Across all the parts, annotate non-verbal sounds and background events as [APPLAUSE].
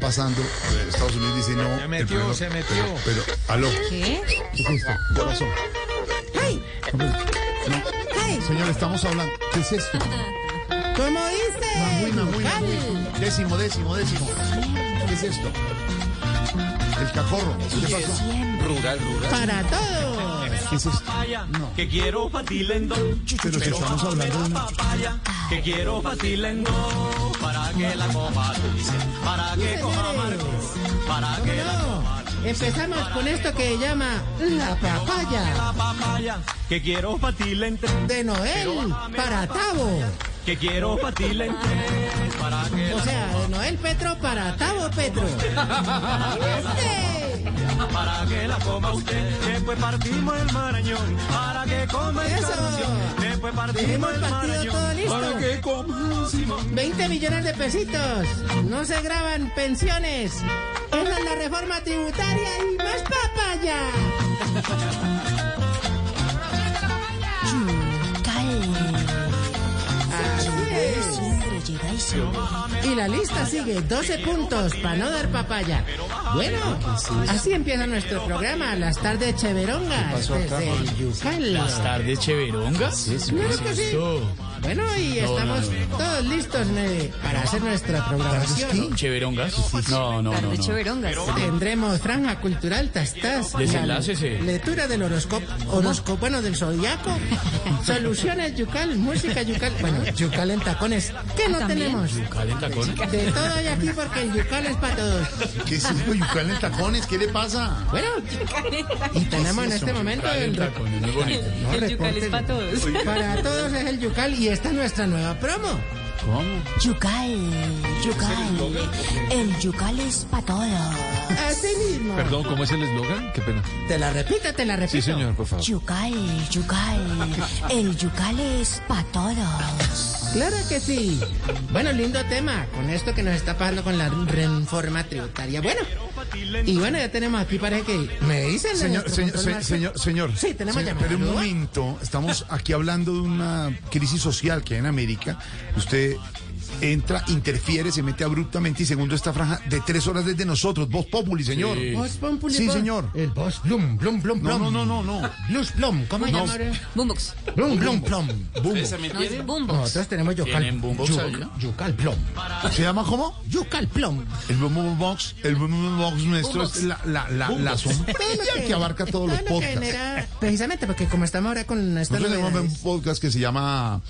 pasando. eh, Estados Unidos dice no. Se metió, el se metió. Pero, pero, aló. ¿Qué? ¿Qué es esto? Corazón. ¡Ay! Hombre, no. ¡Ay! Señor, estamos hablando. ¿Qué es esto? ¿Cómo dice? Muy, muy, muy. Cali. Décimo, décimo, décimo. ¿Qué es esto? El cacorro. ¿Qué pasó? Rural, rural. Para todos. ¿Qué es esto? que quiero patilendón, Pero si estamos hablando de una- papaya, que quiero patilendón, para que la coma dulce, para que coma amargo, para que la No. Empezamos con esto que llama la papaya papaya, que quiero patilendón, de Noel para Tavo. que quiero patilendón, para que O sea, de Noel Petro para Tavo Petro. Este. para que la coma usted, después partimos el marañón, para que coma el Eso. canción, después partimos Dejemos el el partido todo marañón, listo. coma Simón, 20 millones de pesitos. No se graban pensiones. Esa es la reforma tributaria y más papaya. Así es. Y la lista sigue, 12 puntos para no dar papaya. Bueno, así empieza nuestro programa, las tardes cheverongas desde el Yucal. Las tardes cheverongas. Claro que sí. Bueno, y estamos todos listos Nede, para hacer nuestra programación. Cheverongas. No, pues, no, no. Tarde no. cheverongas. Tendremos franja cultural, tastas, Desenlace, sí. lectura del horóscopo, horóscopo, bueno, del zodiaco, soluciones yucal, música yucal, bueno, yucal en tacones, ¿qué no tenemos? Yucal en tacones. De todo hay aquí porque el yucal es para todos. ¿Qué es esto? Yucal en tacones. ¿Qué le pasa? Bueno, y tenemos en este momento Yucal en el re- tacones, muy [LAUGHS] bonito. no, El yucal reporte. es para todos. Para todos es el yucal y esta es nuestra nueva promo. ¿Cómo? Yucal, yucal, el yucal es para todos. Así mismo. Perdón, ¿cómo es el eslogan? Qué pena. Te la repito, te la repito. Sí, señor, por favor. Yucal, yucal, el yucal es para todos. Claro que sí. Bueno, lindo tema, con esto que nos está pasando con la reforma tributaria. Bueno, y bueno, ya tenemos aquí, parece que me dicen... de Señor, nuestro señor, control se- Marco. señor, señor. Sí, tenemos Señor, llamada, Pero un ¿no? momento, estamos aquí hablando de una crisis social que hay en América. Usted entra, interfiere, se mete abruptamente y segundo esta franja de tres horas desde nosotros, Voz Populi, señor. Sí. Voz Populi, Sí, voz- señor. El voz plum, plum, plum, No, plum. no, no, no, no. Luz plum, ¿cómo se No. llama? ahora? Boombox. Plum, plum, plum. Bumbo. No es boombox. Nosotros tenemos yucal. ¿Tienen boombox yu- ahí, no? Yucal plum. ¿Se llama cómo? Yucal plum. El Bumbo Box. El Bumbo Box nuestro es la, la, la, la sombrilla que abarca todos los Todo lo que podcasts. genera- Precisamente porque como estamos ahora con esta Nosotros tenemos un podcast que se llama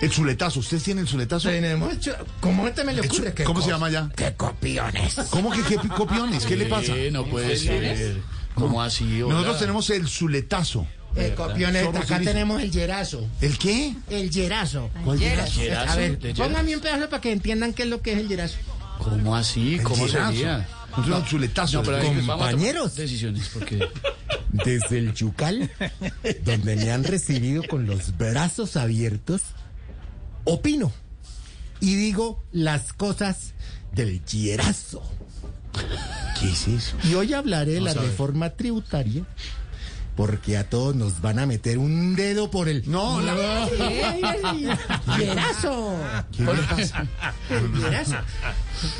El Zuletazo. ¿Ustedes tienen el Zuletazo? Tenemos... chu- ¿Cómo te me le El ocurre? Zu- ¿Qué ¿Cómo se cosa? llama ya? ¡Qué copiones! ¿Cómo que qué copiones? ¿Qué le pasa? Eh, no puede ser. ¿Cómo así? Hola. Nosotros tenemos el zuletazo. El copiones, Somos acá unis- tenemos el yerazo. ¿El qué? El yerazo. ¿Cuál ¿Yerazo? A ver, ¿De yeras? póngame un pedazo para que entiendan qué es lo que es el yerazo. ¿Cómo así? El ¿Cómo yerazo. sería? Nosotros el zuletazo. No, pero ahí Con- vamos a tomar compañeros. Decisiones, porque. desde el Yucal, donde me han recibido con los brazos abiertos, opino y digo las cosas del hierazo. ¿Qué es eso? Y hoy hablaré de la reforma tributaria, porque a todos nos van a meter un dedo por el... No, la... ¡Yerazo! ¿Qué le pasa? El yerazo.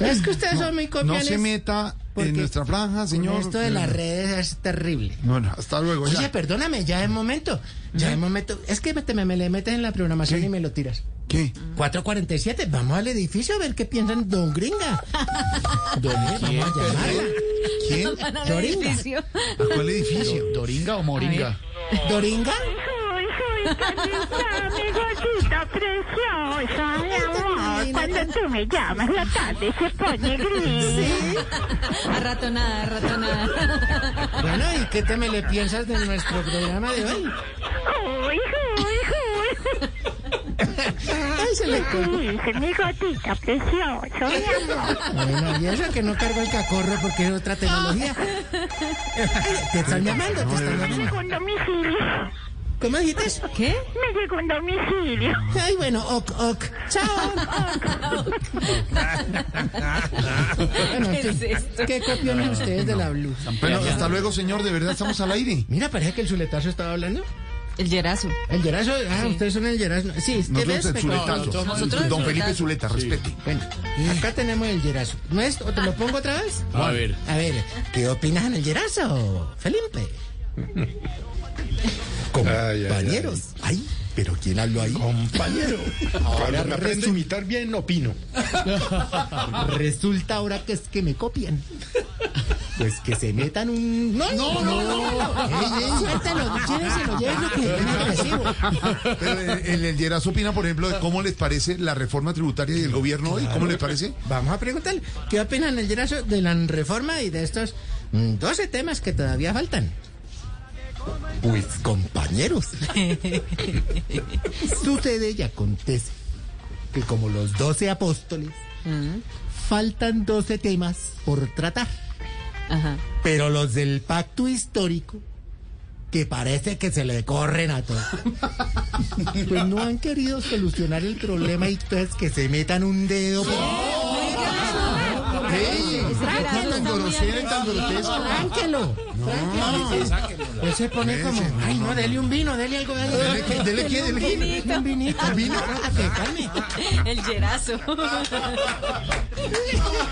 Es que ustedes son muy No copiones. se meta Porque en nuestra franja, con señor. Esto de las redes es terrible. Bueno, hasta luego. ya. Oye, perdóname, ya es momento. Ya es momento. Es que te me, me le metes en la programación ¿Qué? y me lo tiras. ¿Qué? 447, vamos al edificio a ver qué piensan Don Gringa. Don Gringa, vamos a llamarla. ¿Quién? Van al Florinda. edificio. ¿A cuál edificio? ¿Doringa o Moringa? ¿Doringa? Uy, uy, qué linda, mi gotita preciosa, mi amor. Cuando tú me llamas, la tarde se pone gris. Ratonada, ratonada. Bueno, ¿y qué te me le piensas de nuestro programa de hoy? Uy, uy, uy. Ay, se le colgó. Ay, es mi gotita precioso, mi amor. Bueno, y eso que no cargo el cacorro porque es otra tecnología. Ay, Te están llamando, te están Me llamando. llegó un domicilio. ¿Cómo dijiste? ¿Qué? Me llegó un domicilio. Ay, bueno, ok, ok. Chao. Bueno, ¿Qué es sí. esto? ¿Qué copiones ustedes de la blusa? Bueno, hasta luego, señor. De verdad, estamos al aire. Mira, parece que el chuletazo estaba hablando. El yerazo. El Gerazo, ah, ustedes son el Gerazo. Sí, es que Nosotros el ves, pero- Zuletazo. No, no, somos- nosotros el Don Felipe Zuleta, Zuletazo. respete. Bueno, acá tenemos el Gerazo. ¿No es? ¿O te lo pongo otra vez? A ver. A ver, ¿qué opinas en el Gerazo, Felipe? Compañeros. Ay, pero ¿quién habló ahí? Compañero. Ahora resu- imitar bien, opino. resulta ahora que es que me copian. Pues que se metan un... No, no, no, no. Suéltalo, llévenselo, llévenselo, que yo me recibo. Pero eh, el, el Yerazo opina, por ejemplo, de cómo les parece la reforma tributaria del gobierno hoy. ¿Cómo les parece? Vamos a preguntarle, ¿qué opinan el Gerazo de la reforma y de estos mm, 12 temas que todavía faltan? Pues compañeros, [LAUGHS] sucede y acontece que como los 12 apóstoles, faltan 12 temas por tratar, Ajá. pero los del pacto histórico, que parece que se le corren a todos, [LAUGHS] pues no han querido solucionar el problema y entonces que se metan un dedo por... ¡Ey! ¿Qué cosa tan grosera y tan grotesca? Sáquelo. No. Él se pone como, ay, no, dele un vino, dele algo. Dele, Dele que- dele que- dele que- un vinito. Un vino. Calme. El yerazo.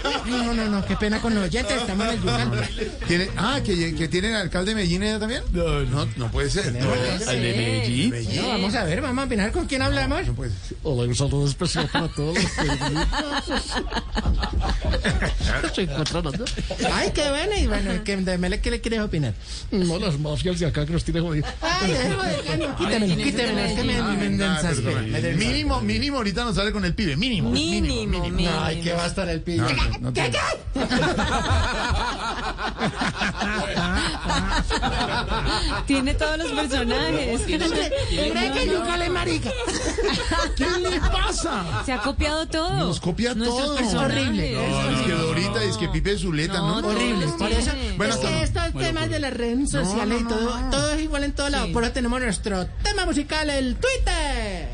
Ay, no, no, no, qué pena con los oyentes, estamos en el Yucal. ¿Tiene- ah, que, que tiene el alcalde de Medellín allá también. No, no, puede ser. No, Al de Medellín. No, vamos a ver, vamos a opinar con quién hablamos. no puede ser. Hola, un saludo especial para todos los que se encuentran allá. Ay, qué bueno, y bueno, que, démele, ¿qué le quieres opinar? No, las mafias de acá que nos tienen jodidos. Ay, déjalo, déjalo, quítemelo, quítemelo, es que me, me, me Ah, ensaspera, perdón. me ensaspera. Mínimo, mínimo ahorita nos sale con el pibe. Mínimo. Mínimo, mínimo. Ay, que va a estar el pillo. No, no, no tiene. Tiene todos los personajes. ¿Cree que el Yucal es marica? ¿Qué le pasa? Se ha copiado todo. Nos copia Nuestros todo. personajes. Horrible. No, es que Dorita, es que Pipe Zuleta, ¿no? No, no, Horrible, no, por eso. sí. Bueno, es que hasta- estos temas de las redes sociales no, y todo, no. todo es igual en todos lados. Por eso tenemos nuestro tema musical, el Twitter.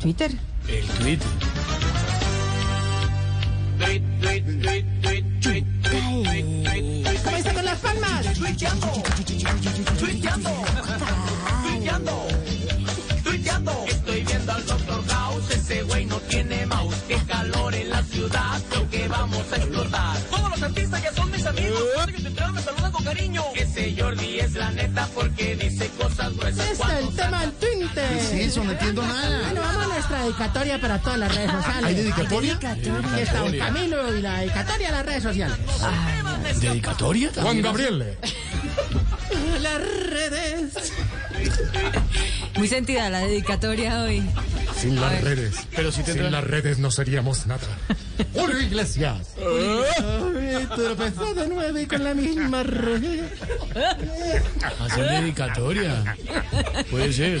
Twitter. Comienza con las palmas. Estoy viendo al doctor House, ese güey no tiene mouse. Qué calor en la ciudad, creo que vamos a explotar. Todos los artistas ya son mis amigos, desde que te entraron me saludan con cariño. Ese Jordi es la neta porque dice cosas gruesas. Este es cuando el tema del Twitter. Sí, eso, no entiendo Bueno, nada. vamos a nuestra dedicatoria para todas las redes sociales. ¿Hay dedicatoria? Aquí está don Camilo y la dedicatoria a las redes sociales. Ah, ¿Dedicatoria? Juan Gabriel. [LAUGHS] Las redes. Muy sentida la dedicatoria hoy. Sin las redes. Pero si tendrá la red. no seríamos nada. Julio Iglesias. Ay, tropezó de nuevo y con la misma red. Hacer dedicatoria. Puede ser.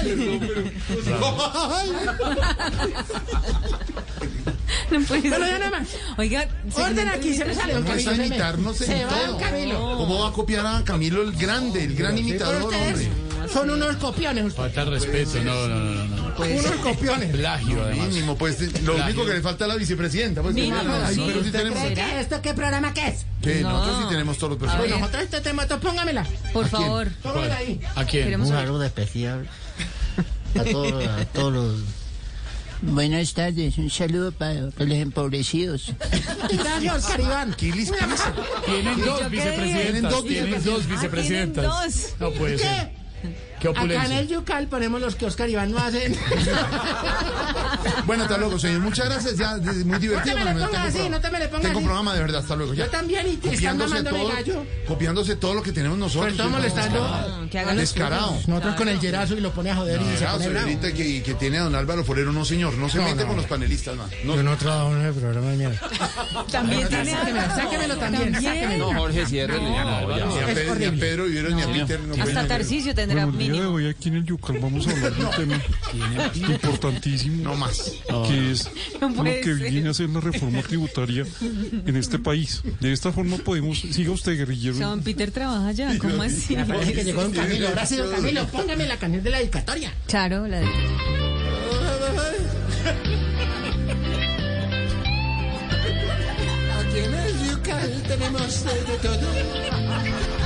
No puede ser. Pero ya nada más. Oiga, Orden aquí, se me sale. No puede imitarnos Se en va todo. Camilo. ¿Cómo va a copiar a Camilo el grande, el gran Pero imitador, ustedes hombre? son unos copiones. ustedes. Falta el respeto. No, no, no, no, no. Unos copiones. Plagio, además. Pues, Mínimo, pues lo único que le falta a la vicepresidenta. Pues, Mínimo, Ay, sí. pero sí ¿Usted tenemos. ¿Cree que esto qué programa qué es? Sí, No. nosotros sí tenemos todos los Bueno, personajes. nosotros este tema, entonces póngamela. por favor. Póngamela ahí. ¿A quién? Queremos- Un saludo especial a todos, a todos los Buenas tardes, un saludo para los empobrecidos. Gracias, Caribán. Tienen dos vicepresidentas. Ah, Tienen dos vicepresidentas. No puede ser. Qué Acá en opulencia. el Yucal ponemos los que Oscar Iván [LAUGHS] no hacen. Bueno, hasta luego, señor. Muchas gracias. Ya, es muy divertido. No te me le Manuel. pongas Tengo así, programa. no te me le pongas Tengo así. programa de verdad. Hasta luego. Ya. Yo también, y te están copiándose mamándome todo, gallo. copiándose todo lo que tenemos nosotros. Pero todo molestando. Ah, que hagan los Descarado. suyos. Nosotros con el yerazo y lo pone a joder y se Descarado, pone bravo. [LAUGHS] señorita, que, y que tiene a don Álvaro Forero. No, señor. No se No, mete no. con los panelistas, man. No. Yo no trabajo en el programa mañana. Ah, También tiene Sáquemelo, algo. sáquemelo también, sáquemelo. No, Jorge, ciérrele. Ni a, Pedro, ni a Pedro Vivero, ni a Peter. no Hasta pueden- Tarcisio tendrá Bueno, el día de mínimo. hoy aquí en el Yucal vamos a hablar de un tema importantísimo. No más. Que es No lo puede que Pues. ser. viene a ser la reforma tributaria en este país. De esta forma podemos. Siga usted, guerrillero. Don Peter trabaja ya, ¿cómo así? Parece que llegó un Camilo. Ahora sí, don Camilo, póngame la canción de la dictatoria. Claro, la de... Aquí en el Yucal tenemos de todo.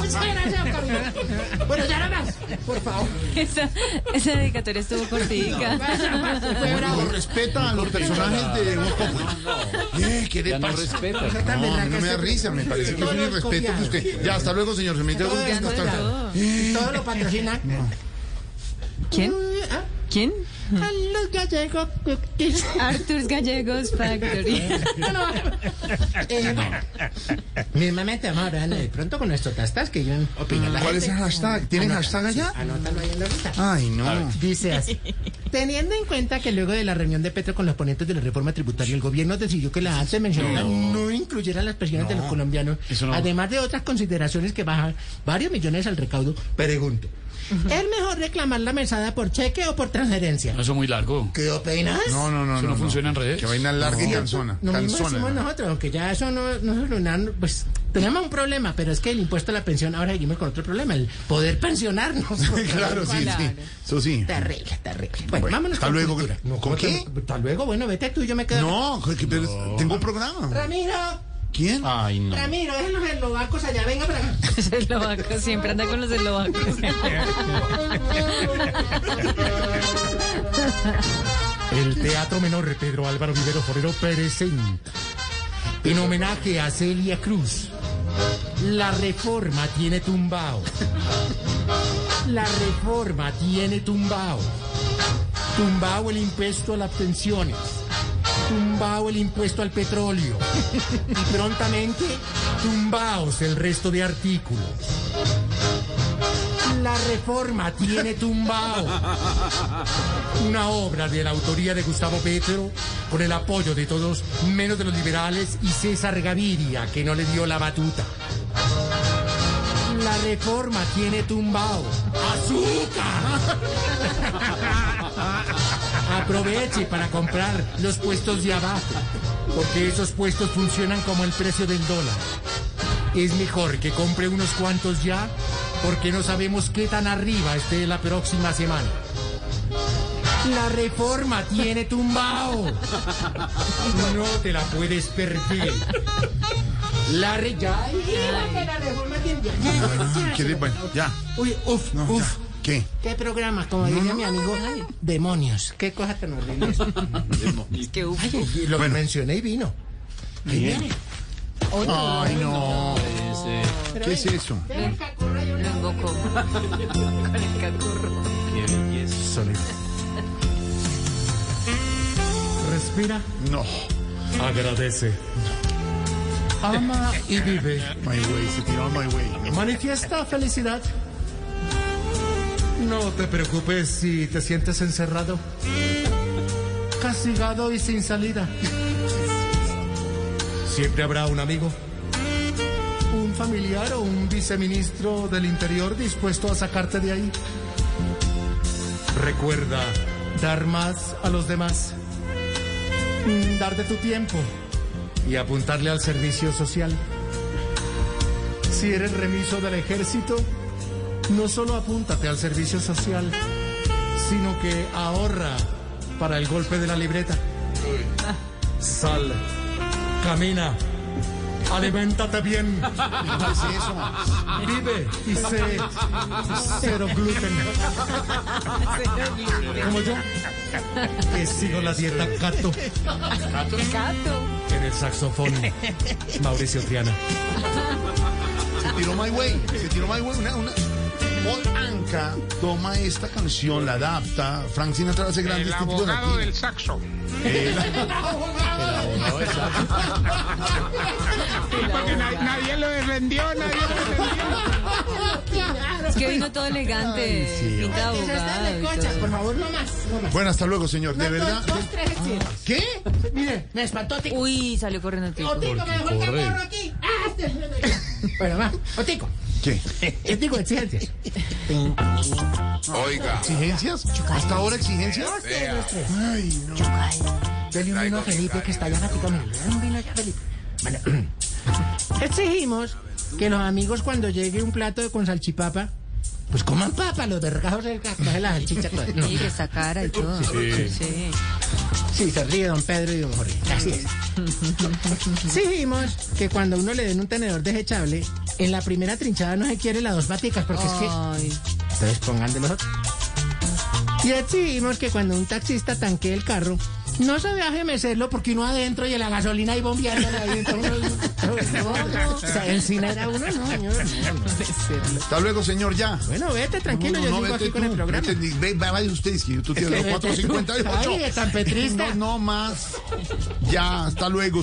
Muchas gracias, don Camilo. Bueno, ya nada más, por favor. Esa, esa dedicatoria estuvo cortica. Fue bravo. No respeta a los personajes de Voz Populi. Eh, ¿Qué le no pasa? respeta. No, a mí no me da risa, me parece que es un Todo es irrespeto que copiado. usted. Ya, hasta luego, señor. Se me dio Todo es hasta copiado. luego. Todo lo patrocina. ¿Quién? Ah, ¿Quién? a los gallegos. Arthur's Gallegos Factory. Eh, bueno, mismamente vamos a hablar de pronto con nuestro hashtag que yo opino la ¿Cuál es el gente. hashtag? ¿Tienen Anota, hashtag sí, allá? Anótalo ahí en la lista. Ay, no. Dice así. Teniendo en cuenta que luego de la reunión de Petro con los ponentes de la reforma tributaria, el gobierno decidió que la antes mencionada no, incluyera las pensiones de los colombianos, Eso no. además de otras consideraciones que bajan varios millones al recaudo. Pregunto, ¿es mejor reclamar la mesada por cheque o por transferencia? No, Eso es muy largo. ¿Qué opinas? No, no, no. Eso no funciona en redes. Que vaina larga y canzona. Lo mismo Canzona. decimos hermano. nosotros, aunque ya eso no, no es lunar, pues tenemos un problema, pero es que el impuesto a la pensión, ahora seguimos con otro problema, el poder pensionarnos. Claro, sí, sí. Eso sí. Terrible, terrible. Bueno, vámonos Hasta con luego. cultura. No, ¿Con qué? Hasta luego, bueno, vete tú, yo me quedo. No, que- pero tengo programa. Ramiro, ¿Quién? Ay, no. Ramiro, es los eslovacos allá, venga para acá. Eslovaco, siempre anda con los eslovacos. El Teatro Menor Pedro Álvaro Vivero Forero presenta en homenaje a Celia Cruz. La reforma tiene tumbao. La reforma tiene tumbao. Tumbao el impuesto a las pensiones. Tumbao el impuesto al petróleo. Y prontamente, tumbaos el resto de artículos. La reforma tiene tumbao. Una obra de la autoría de Gustavo Petro, con el apoyo de todos, menos de los liberales y César Gaviria, que no le dio la batuta. La reforma tiene tumbao. ¡Azúcar! Aproveche para comprar los puestos de abajo, porque esos puestos funcionan como el precio del dólar. Es mejor que compre unos cuantos ya, porque no sabemos qué tan arriba esté la próxima semana. La reforma tiene tumbao. No te la puedes perder. La re... ya, ay, Dígame que la reforma tiene- ya, ya, ya, Ah, ¿Qué le- bueno, ya. Uy, uf, No, uf. ya. ¿Qué? ¿Qué programa? Como diría mi amigo, demonios. Qué cosa tan horrible. es. Qué uf. Ay, lo Bueno. mencioné y vino. Ahí viene. Ay, no. ¿Qué es eso? Lo embocó. Con el cacurro. Respira, No. agradece. Ama y vive. My way, se tiró my way. Manifiesta felicidad. No te preocupes si te sientes encerrado, castigado y sin salida. Siempre habrá un amigo, un familiar o un viceministro del interior dispuesto a sacarte de ahí. Recuerda dar más a los demás, mm, dar de tu tiempo y apuntarle al servicio social. Si eres remiso del ejército, no solo apúntate al servicio social, sino que ahorra para el golpe de la libreta. Sal, camina, Aliméntate bien. ¿Qué es eso? Vive y sé cero gluten. Como yo, que sigo la dieta Cato. ¿Cato? Cato. En el saxofón, Mauricio Triana. Se tiró My Way, se tiró My Way, una... una... Paul Anka toma esta canción, la adapta. Frank Sinatra hace grandes El abogado del saxo. [LAUGHS] El abogado del saxo. Porque na- nadie lo defendió, nadie lo Es que vino todo elegante. sí. pinta de Ay, que ya está abogado y de cocha, todo. por favor, no más. No más. Bueno, hasta luego, señor. De Uno, verdad. Dos, dos, tres, sí. ¿Qué? Mire, me espantó Tico. Uy, salió corriendo Tico. Otico, me dejó el corre? caporro aquí. Ah, este- Bueno, va. Otico. ¿Qué? Yo digo exigencias. Oiga. ¿Exigencias? ¿Hasta ahora exigencias? Ay, no. Dele un vino a Felipe que está allá gatico. mire, dele un vino allá, Felipe. Bueno, exigimos que los amigos cuando llegue un plato con salchipapa, pues coman papa, los vergajos del gato, de la salchicha. todo. No. Sí, que esa cara y todo. Sí. Sí. Sí, se ríe don Pedro y don Jorge. Así es. Exigimos que cuando uno le den un tenedor desechable, en la primera trinchada no se quiere las dos paticas, porque es que Ay. Ustedes pongan de los otros. Y exigimos que cuando un taxista tanquee el carro, no se deje mecerlo porque uno adentro y en la gasolina y bombeándola ahí. [LAUGHS] entonces uno- no, no. O sea, encina era uno, no, no, [LAUGHS] no, no. Hasta luego, señor, ya. Bueno, vete, tranquilo, yo sigo vete aquí con el tú, programa. vete, ni- ve, va- vaya ustedes, que tú tienes los [LAUGHS] 458. Ay, de San Petrista. No, no más. Ya, hasta luego.